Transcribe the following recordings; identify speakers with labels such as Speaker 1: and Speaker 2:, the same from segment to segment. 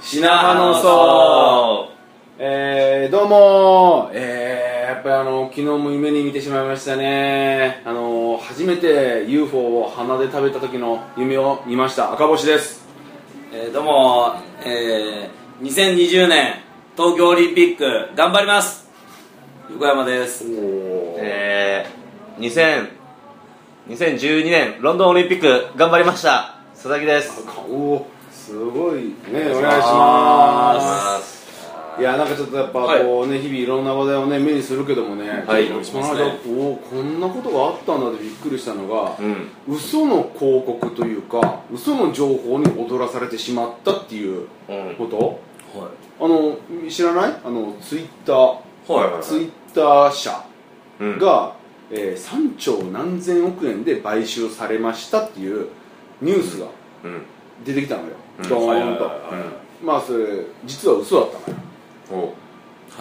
Speaker 1: 品派の層えー、どうもーえー、やっぱりあの昨日も夢に見てしまいましたねあのー初めて UFO を鼻で食べた時の夢を見ました赤星です
Speaker 2: えーどうも、えー、2020年東京オリンピック頑張ります横山です
Speaker 3: えー、2000 2012年ロンドンオリンピック頑張りました佐々木です
Speaker 1: おーすごいねお願いしますいやなんかちょっとやっぱ
Speaker 2: はい
Speaker 1: こうね、日々いろんな話題をね目にするけどもね、
Speaker 3: はい
Speaker 1: その間、おーこんなことがあったんだってびっくりしたのが、
Speaker 3: うん
Speaker 1: 嘘の広告というか嘘の情報に踊らされてしまったっていう
Speaker 3: うん
Speaker 1: こと、
Speaker 2: は
Speaker 1: あの知らないあのツイッター
Speaker 2: いは
Speaker 3: はい
Speaker 1: ツイッター社
Speaker 3: うん
Speaker 1: が、えー3兆何千億円で買収されましたっていうニュースが
Speaker 3: うん
Speaker 1: 出てきたのよ、
Speaker 3: うん
Speaker 1: ドーンと、
Speaker 3: う
Speaker 1: まあそれ実は嘘だったのよ
Speaker 3: んお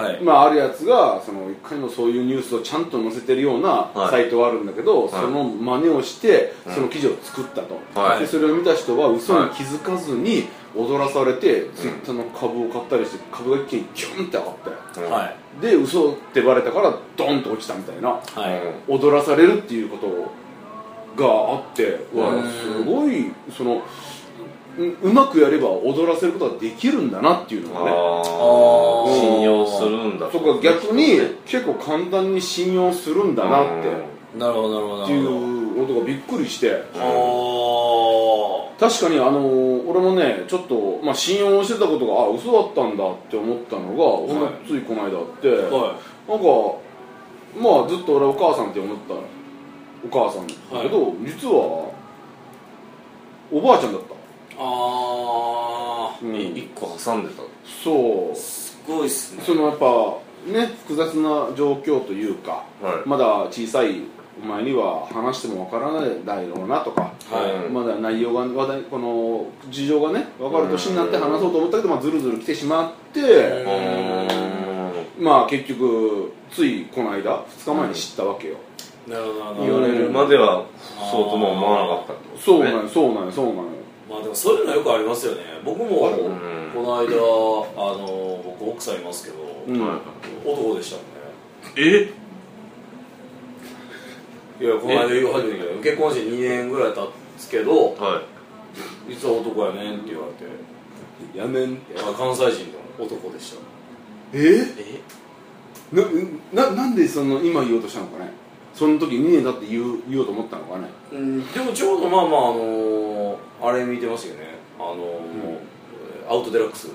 Speaker 2: いはい
Speaker 1: まあ、あるやつがそのいかにもそういうニュースをちゃんと載せてるような
Speaker 3: はい
Speaker 1: サイトはあるんだけど、
Speaker 3: い
Speaker 1: その真似をして、
Speaker 3: うん
Speaker 1: その記事を作ったと、
Speaker 3: はい
Speaker 1: でそれを見た人は嘘に気づかずに踊らされて、ツイッターの株を買ったりして株が一気にキュンって上がったよ
Speaker 2: はい
Speaker 1: で嘘ってバレたからドンと落ちたみたいな
Speaker 3: う
Speaker 2: は
Speaker 3: ん
Speaker 2: い
Speaker 1: 踊らされるっていうことがあってうわ
Speaker 2: うん
Speaker 1: すごいそのううまくやれば踊らせることができるんだなっていうのがね
Speaker 3: あ
Speaker 2: ー
Speaker 3: ー信用するんだ
Speaker 1: とか逆に結構簡単に信用するんだなって
Speaker 2: なるほどなるほど
Speaker 1: っ
Speaker 2: な
Speaker 1: てい
Speaker 2: るほど
Speaker 1: うことがびっくりして
Speaker 2: お
Speaker 1: 確かにあのー俺もねちょっと、まあ、信用してたことがあ嘘だったんだって思ったのが、俺もついこの間あって、
Speaker 2: ーは
Speaker 1: なんかまあずっと俺お母さんって思ってたお母さんだけど、実はおばあちゃんだった
Speaker 2: いああ
Speaker 1: うん
Speaker 3: い一個挟んでた
Speaker 1: そう
Speaker 2: すごいっすね
Speaker 1: そのやっぱね複雑な状況というか
Speaker 3: はい
Speaker 1: まだ小さいお前には話してもわからないだろうなとか、
Speaker 2: は
Speaker 1: まだ内容が話題この事情がね分かる年になって話そうと思ったけど、まあ、ずるずる来てしまって、
Speaker 3: うーん
Speaker 1: まあ結局ついこの間2日前に知ったわけよ、
Speaker 2: いなるほどなるほ
Speaker 1: 言
Speaker 3: 言
Speaker 1: わ
Speaker 3: わ
Speaker 1: れ
Speaker 3: れ
Speaker 1: る
Speaker 3: るまではそうとも思わなかったってこと
Speaker 1: そうなんよそうなんよそうなんよ
Speaker 2: どまあでもそういうのよくありますよね僕も
Speaker 1: ある
Speaker 2: こ
Speaker 3: うん
Speaker 2: の間あの僕奥さんいますけど
Speaker 1: うん
Speaker 3: はい
Speaker 2: 男でしたもんね
Speaker 3: え
Speaker 2: いやこの間言う初めてだけど結婚して2年ぐらい経つけど
Speaker 3: はい
Speaker 2: 実は男やねんって言われてい
Speaker 1: やねん
Speaker 2: や関西人の男でした
Speaker 1: え
Speaker 2: え
Speaker 1: なななんでその今言おうとしたのかねその時2年だって言う言おうと思ったのかね
Speaker 2: うんでもちょうどまあまああのー、あれ見てましたよねあのー
Speaker 1: ん
Speaker 2: アウトデラックス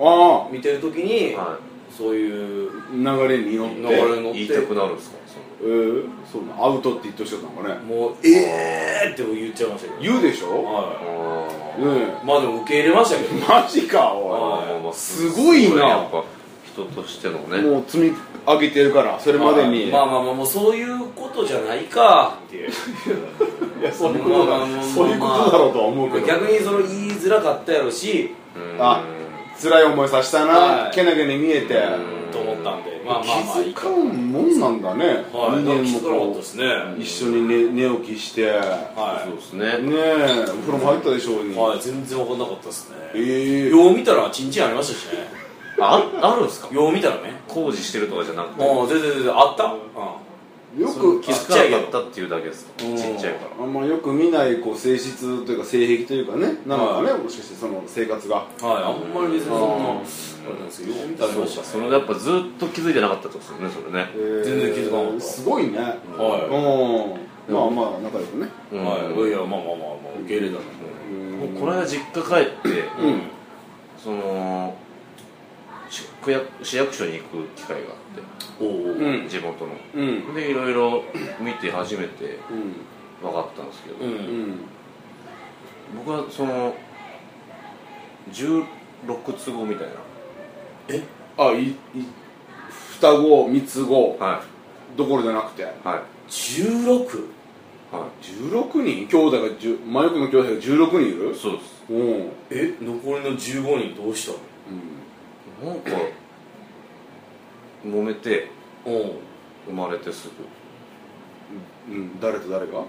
Speaker 1: あ
Speaker 2: 見てる時に、
Speaker 3: は
Speaker 2: そういう
Speaker 1: あ流れに乗って
Speaker 2: 流れに乗っ
Speaker 3: い言い
Speaker 2: て
Speaker 3: たくなるんですかその
Speaker 1: えー、そうなんアウトって言ってほしかったのかね
Speaker 2: もうえーって言っちゃいましたけど
Speaker 1: 言うでしょ
Speaker 2: は
Speaker 3: あー
Speaker 1: ね
Speaker 2: いまあでも受け入れましたけど
Speaker 1: えマジかおい
Speaker 2: あ
Speaker 3: まあまあ
Speaker 1: すごいな
Speaker 3: すやっぱ人としてのね
Speaker 1: もう積み上げてるからそれまでに、
Speaker 2: まあまあまあもうそういうことじゃないかっていう
Speaker 1: いやそういうことだ、
Speaker 2: まあまあまあまあ
Speaker 1: そういうことだろうとは思うけど
Speaker 2: 逆にその言いづらかったやろし
Speaker 3: うん
Speaker 1: あ辛い思いさせたな、
Speaker 2: はい
Speaker 1: けなげに見えて、
Speaker 2: と思ったんでまあまあ
Speaker 1: 気
Speaker 2: まあいい
Speaker 1: づ
Speaker 2: か
Speaker 1: かんもんなんだね、
Speaker 2: はい、
Speaker 1: 人間
Speaker 2: 気
Speaker 1: も
Speaker 2: づかなかった
Speaker 1: こ
Speaker 2: ですね、
Speaker 1: う一緒に寝寝起きして、
Speaker 2: は
Speaker 3: そうです
Speaker 1: ね
Speaker 3: ね
Speaker 1: えお風呂も入ったでしょうに、
Speaker 2: い、はい、全然分かんなかったですね
Speaker 1: ええ
Speaker 2: よう見たらチンチンありましたしね
Speaker 3: ああるんですか
Speaker 2: よう見たらね
Speaker 3: 工事してるとかじゃなくて
Speaker 2: もう全然全然あった、うん、
Speaker 1: よく
Speaker 3: 気づかなかったっていうだけですか
Speaker 2: うん
Speaker 3: ちっちゃいから
Speaker 1: あんまよく見ないこう性質というか性癖というかねなのかね、
Speaker 2: は
Speaker 1: もしかしてその生活が
Speaker 2: はいあんまり別にそんなあれなんですけどよう見たらありました
Speaker 3: そ
Speaker 2: ね
Speaker 3: のやっぱずっと気づいてなかったってことですよねそれね
Speaker 1: えー
Speaker 2: 全然気づかなかった
Speaker 1: すごいね、
Speaker 2: は
Speaker 1: うんまあまあ仲良くね
Speaker 2: い、
Speaker 3: うん
Speaker 2: はい、いやまあまあまあ、まあ、受け入れたのも
Speaker 3: もうこの間実家帰って
Speaker 2: う
Speaker 1: うん
Speaker 3: そのし区役市役所に行く機会があっ
Speaker 2: おうおう、
Speaker 1: う
Speaker 2: うん
Speaker 1: ん
Speaker 3: て地元の
Speaker 1: うん
Speaker 3: でいろいろ見て初めて
Speaker 1: うん
Speaker 3: 分かったんですけど
Speaker 2: う
Speaker 1: うんん
Speaker 3: 僕はその16坪みたい
Speaker 1: あいい双子三つ子
Speaker 3: なは
Speaker 1: どころじゃなくて
Speaker 3: いはい
Speaker 2: 16
Speaker 3: は
Speaker 1: 16人兄弟が10真横の兄弟が16人いる
Speaker 3: いそうです
Speaker 1: うん、うん、
Speaker 2: え残りの15人どうした
Speaker 3: なんか揉めて
Speaker 2: のうん
Speaker 3: 生まれてすぐ
Speaker 1: うん、誰と誰が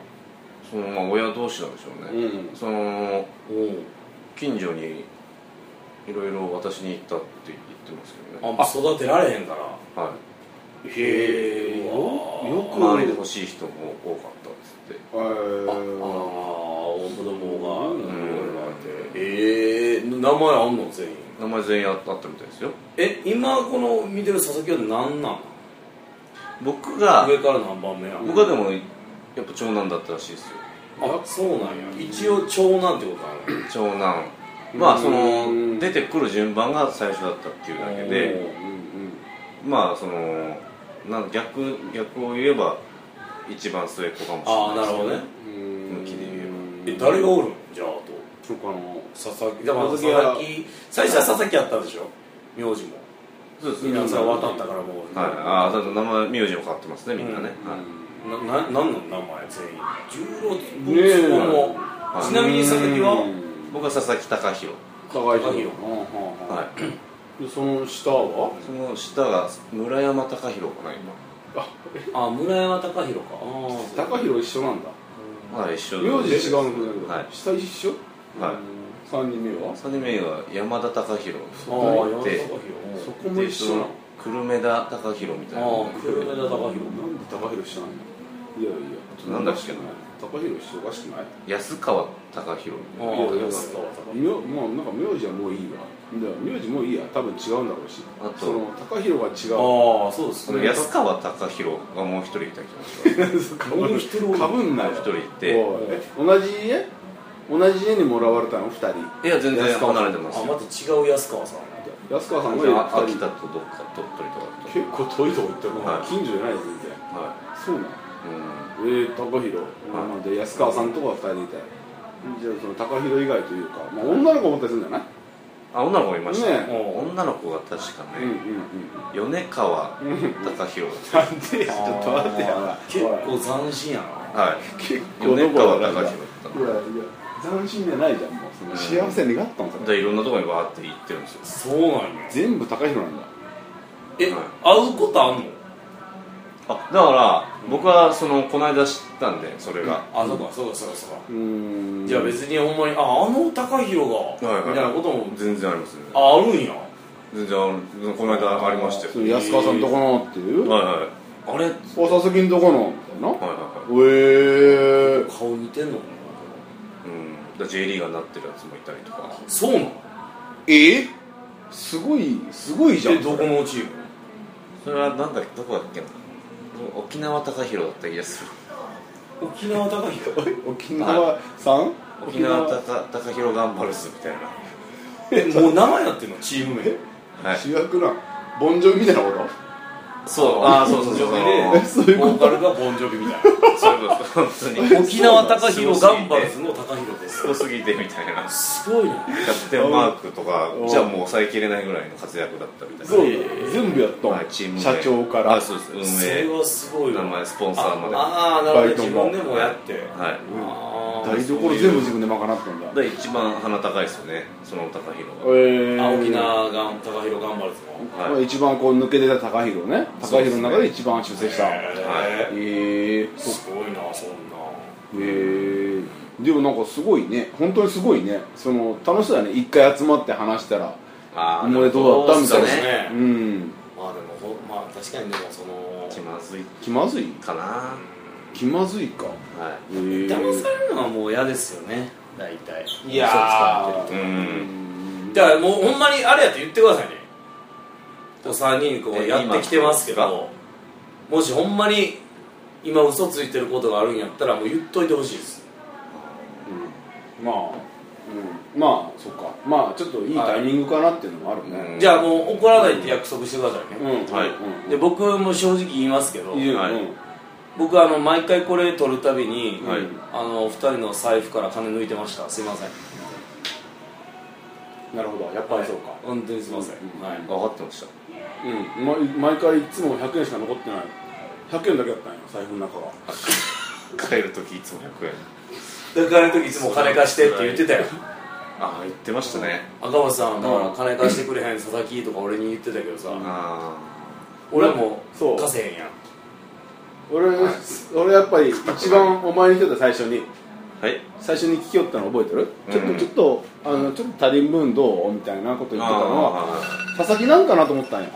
Speaker 3: そのまあ親同士なんでしょうね、
Speaker 1: うん
Speaker 3: その
Speaker 2: おう
Speaker 3: 近所にいろいろ私に言ったって言ってますけどね
Speaker 2: あ育てられへんから
Speaker 3: は
Speaker 1: へえよよ
Speaker 3: い
Speaker 1: く
Speaker 3: 周りで欲しい人も多かったっつって
Speaker 1: えー
Speaker 2: ああ大子供が
Speaker 3: ん
Speaker 2: ええー、名前あんの全員
Speaker 3: 名前全員あったみたいですよ
Speaker 2: え今この見てる佐々木は何なの
Speaker 3: 僕が
Speaker 2: 上から何番目なの
Speaker 3: 僕はでもやっぱ長男だったらしいですよ
Speaker 2: あそうなんや一応長男ってことなの
Speaker 3: 長男まあそ
Speaker 1: うん
Speaker 3: の出てくる順番が最初だったっていうだけで
Speaker 1: うんうん
Speaker 3: まあそのなん逆逆を言えば一番末っ子かもしれ
Speaker 2: あ
Speaker 3: な
Speaker 2: あ
Speaker 3: いですけ
Speaker 2: なるほ
Speaker 3: ど
Speaker 2: どね
Speaker 1: うん
Speaker 3: 向きで言
Speaker 2: え誰がおるんじゃああと
Speaker 1: そうかな
Speaker 2: 佐々木だから
Speaker 1: 佐
Speaker 2: 佐
Speaker 1: 々木は
Speaker 2: 々木最初は佐々木やったでしょ名字も
Speaker 3: そうです
Speaker 2: みん
Speaker 3: ね
Speaker 2: なそれ
Speaker 3: はい
Speaker 2: 渡ったからもう
Speaker 3: ああだと名前名字も変わってますねみんなね
Speaker 1: うん
Speaker 3: はい
Speaker 2: なななんなの名前
Speaker 1: ねえ
Speaker 2: 全員十郎も
Speaker 3: い
Speaker 2: ちなみに佐々木は
Speaker 1: うん
Speaker 3: 僕は佐々木隆弘
Speaker 1: 高い人だ
Speaker 2: 高いよ
Speaker 1: うんうんうん
Speaker 3: はい
Speaker 1: でその下は
Speaker 3: その下が村山隆弘かな
Speaker 1: あ
Speaker 2: あ村山隆弘かあ
Speaker 1: 高弘一緒なんだ
Speaker 3: 今はい一緒
Speaker 1: 名字違うのかだけど、
Speaker 3: はい
Speaker 1: 下一緒
Speaker 3: はい
Speaker 1: 3人目は
Speaker 3: 3人目が山田隆弘
Speaker 2: あー山田
Speaker 3: で
Speaker 2: 隆
Speaker 1: そ
Speaker 2: 弘
Speaker 1: こも
Speaker 3: で
Speaker 1: 一緒
Speaker 3: そ
Speaker 1: なの
Speaker 3: の久留米田隆弘みたいな
Speaker 2: ああ久留米田隆
Speaker 1: なんで高弘一緒なのいやいや
Speaker 3: なんだっけな
Speaker 1: 高弘一緒おかしくない
Speaker 3: 安川隆弘
Speaker 2: ああ
Speaker 1: いやいや
Speaker 2: 安川隆
Speaker 1: みょまあなんか名字はもういいわだから名字もういいや多分違うんだろうし
Speaker 3: あと
Speaker 1: その高弘が違う
Speaker 2: 弘ああそうで
Speaker 3: そ
Speaker 2: す
Speaker 3: の
Speaker 2: ね
Speaker 3: 安川隆弘がもう一人いたりしました
Speaker 1: もう一人かぶんなよ
Speaker 3: 一人い て
Speaker 1: おいえ同じ家同じ家にもらわれたの2人
Speaker 3: いや全然
Speaker 1: 安川
Speaker 3: 離れてます
Speaker 2: あ
Speaker 3: よ
Speaker 2: また違う安川さん
Speaker 1: 安川さんが
Speaker 3: あ
Speaker 1: 2
Speaker 3: 秋
Speaker 1: 人
Speaker 3: 田とどっか鳥取とかだ
Speaker 1: 結構遠いとこ行ってるな、
Speaker 3: はい
Speaker 1: 近所じゃない全然
Speaker 3: とは
Speaker 1: そうなの
Speaker 3: いうん
Speaker 1: えー、高弘、まあ、で安川さんとか二人でいてじゃあその高弘以外というか、まあ、女の子もったりするんじゃない
Speaker 3: あ女の子がいましたね
Speaker 1: ね
Speaker 2: え
Speaker 3: 女の子が確か
Speaker 1: うんうん
Speaker 3: ね米川隆弘
Speaker 1: なんでちょっと待ってやな
Speaker 2: 結
Speaker 1: おい
Speaker 2: 構斬新やな
Speaker 3: はい
Speaker 1: 結構
Speaker 3: 米
Speaker 1: どこ
Speaker 3: 川
Speaker 1: だ
Speaker 3: 隆
Speaker 1: から
Speaker 3: 弘
Speaker 1: い
Speaker 3: だ
Speaker 1: やい
Speaker 3: ったの
Speaker 1: や斬新じゃないじゃんもうその幸せ願ったんだ
Speaker 3: だ
Speaker 1: か
Speaker 3: から
Speaker 1: ら
Speaker 3: いろんなとこにわーって行ってるんですよ
Speaker 2: そうなんや
Speaker 1: 全部高弘なんだ
Speaker 3: は
Speaker 2: え
Speaker 3: い
Speaker 2: 会うことあんの
Speaker 3: あだから僕はそのこの間知ったんでそれが
Speaker 2: あそうかそうかそうかそうか
Speaker 1: うーん
Speaker 2: じゃあ別にほんまにああの高弘
Speaker 3: はい
Speaker 2: が
Speaker 3: はい
Speaker 2: みたいなことも
Speaker 3: 全然ありますね
Speaker 2: ああるんや
Speaker 3: 全然あるこの間ありました
Speaker 1: そ
Speaker 3: よ
Speaker 1: の安川さんとこのっていう、
Speaker 3: はいはいあれはい
Speaker 1: お佐々木んとこのみたいな
Speaker 3: はいは
Speaker 1: ええー、
Speaker 2: 顔似てんのか
Speaker 3: いうんだから J リーガーになってるやつもいたりとか
Speaker 2: なそうなの
Speaker 1: えすごいすごいじゃん
Speaker 2: えどこのチーム
Speaker 3: それはなんだっけどこだっけな沖縄高弘だった気がする
Speaker 2: 沖縄高弘
Speaker 1: 沖縄さん
Speaker 3: 沖縄高高弘ガンパルスみたいな
Speaker 2: もう名前やってんのチーム名
Speaker 3: はい
Speaker 1: 主役なんボンジョビみたいなこと
Speaker 3: そうああそうそうそうそう
Speaker 2: 女
Speaker 1: えそういうこ
Speaker 2: ボ
Speaker 1: と
Speaker 2: ーカルがボンジョビみたいな
Speaker 3: そういうこと本当に
Speaker 2: 沖縄高
Speaker 3: 弘
Speaker 2: 弘
Speaker 3: ガ
Speaker 2: ガ
Speaker 3: ン
Speaker 2: ン
Speaker 3: バ
Speaker 2: バ
Speaker 3: ル
Speaker 2: ル
Speaker 3: ズ
Speaker 2: ズの高弘です
Speaker 3: すごすぎてみたいな
Speaker 2: すごいな
Speaker 3: キャプテンマークとか
Speaker 1: うん
Speaker 3: じゃあもう抑えきれないぐらいの活躍だったみたいな
Speaker 1: そうだ、
Speaker 2: えー
Speaker 1: 全部やったん、
Speaker 3: はいチーム名
Speaker 1: 社長から
Speaker 3: あそうです
Speaker 2: そ
Speaker 3: 運
Speaker 2: れ
Speaker 3: 営
Speaker 2: はすごい
Speaker 3: 名
Speaker 2: わ
Speaker 3: 前スポンサーまでは
Speaker 2: ああなるほど
Speaker 1: バイ
Speaker 2: 自
Speaker 1: トも
Speaker 2: 分でもやって
Speaker 3: い
Speaker 2: あ
Speaker 1: 台
Speaker 2: ー
Speaker 1: 所全部自分で賄ったんだ
Speaker 3: だから一番鼻高いですよねその高弘
Speaker 1: え
Speaker 3: が
Speaker 1: ー
Speaker 2: あ沖縄が高弘頑張るぞ
Speaker 3: はい
Speaker 1: まあ、一番こう抜けてた高弘ね
Speaker 3: そ
Speaker 1: 高
Speaker 3: うで
Speaker 1: 弘
Speaker 3: すね
Speaker 1: の中で一番出世したへ
Speaker 2: へ
Speaker 1: え
Speaker 2: ー
Speaker 1: ー、そ
Speaker 2: すごいなそんな
Speaker 1: へえー、でもなんかすごいね本当にすごいねその楽しそうだね一回集まって話したら
Speaker 3: あ
Speaker 1: お前どうだったみたいな
Speaker 2: そうですね
Speaker 1: うん
Speaker 2: まあでもほまあ確かにでもその
Speaker 3: 気まずい
Speaker 1: 気まずい
Speaker 3: かな
Speaker 1: 気まずいか
Speaker 3: は
Speaker 1: えー
Speaker 2: 騙されるのはもう嫌ですよね大体
Speaker 1: いやー
Speaker 3: う
Speaker 1: うんん
Speaker 2: だからもうほんまにあれやって言ってくださいねこう3人こ
Speaker 3: え
Speaker 2: うやってきてますけ
Speaker 3: 今
Speaker 2: どもしほんまに今嘘ついてることがあるんやったらもう言っといてほしいです
Speaker 1: まあ、うん、まあそっかまあちょっといいタイミングかなっていうのもあるね、
Speaker 3: うん
Speaker 2: じゃあもう怒らないって約束してくださいね、
Speaker 1: うん
Speaker 3: はい
Speaker 1: うん
Speaker 2: で僕も正直言いますけど
Speaker 1: 言う
Speaker 3: はい
Speaker 1: うん
Speaker 2: 僕あの毎回これ撮るたびに、
Speaker 3: はい
Speaker 2: あの2人の財布から金抜いてましたすいません
Speaker 1: なるほどやっぱりそうか
Speaker 2: 本当にすいません、
Speaker 1: うん
Speaker 2: はい
Speaker 3: 分かってました
Speaker 1: うん、ま、毎回いつも100円しか残ってない100円だけだったんよ財布の中が
Speaker 3: 帰る時いつも100円
Speaker 2: だからあの時いつも金貸してって言ってたよ
Speaker 3: ああ言ってましたね
Speaker 2: 赤松さんだから金貸してくれへん佐々木とか俺に言ってたけどさ、
Speaker 3: あ
Speaker 2: 俺はも
Speaker 1: そう
Speaker 2: う貸せへんやん
Speaker 1: 俺、俺やっぱり一番お前に来てた最初に
Speaker 3: あはい
Speaker 1: 最初に聞きよったの覚えてる、
Speaker 3: うん
Speaker 1: ちょっとちょっとあのちょっと足りん分どうみたいなこと言ってたのは
Speaker 3: あ
Speaker 1: 佐々木なんかなと思ったんや
Speaker 3: ー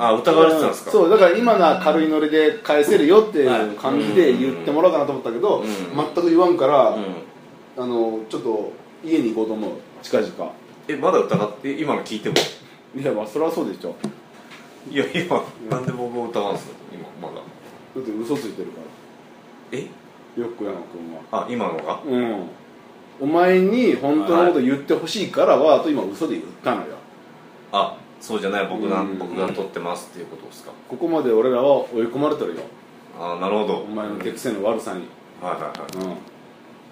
Speaker 3: あー疑われてたんですか
Speaker 1: そううだから今なら軽いノリで返せるよっていう感じ
Speaker 3: はい
Speaker 1: で
Speaker 3: うん
Speaker 1: 言ってもらおうかなと思ったけど、
Speaker 3: うん
Speaker 1: 全く言わんから、
Speaker 3: ん
Speaker 1: あのちょっと家に行こうと思う近々
Speaker 3: えまだ疑って今の聞いても
Speaker 1: いやまあそれはそうでしょ
Speaker 3: いや今なんで僕を疑うんですか今まだ
Speaker 1: だって嘘ついてるから
Speaker 3: え
Speaker 1: よっこ山君は
Speaker 3: あ今のが
Speaker 1: うんお前に本当のこと言ってほしいからはと今嘘で言ったのよ
Speaker 3: あそうじゃない僕が
Speaker 1: うん
Speaker 3: 僕が撮ってますっていうことですか
Speaker 1: ここまで俺らは追い込まれてるよ
Speaker 3: あーなるほど
Speaker 1: お前の手癖の悪さに
Speaker 3: はいはいは
Speaker 1: うん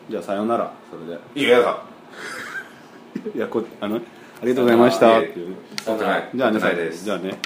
Speaker 1: じゃあさよならそれで
Speaker 3: いいややだ
Speaker 1: いやこあのありがとうございました
Speaker 3: い
Speaker 1: っ
Speaker 3: え
Speaker 1: ていう
Speaker 3: 撮ってない
Speaker 1: じゃあね
Speaker 3: 撮ってないです
Speaker 1: じゃあね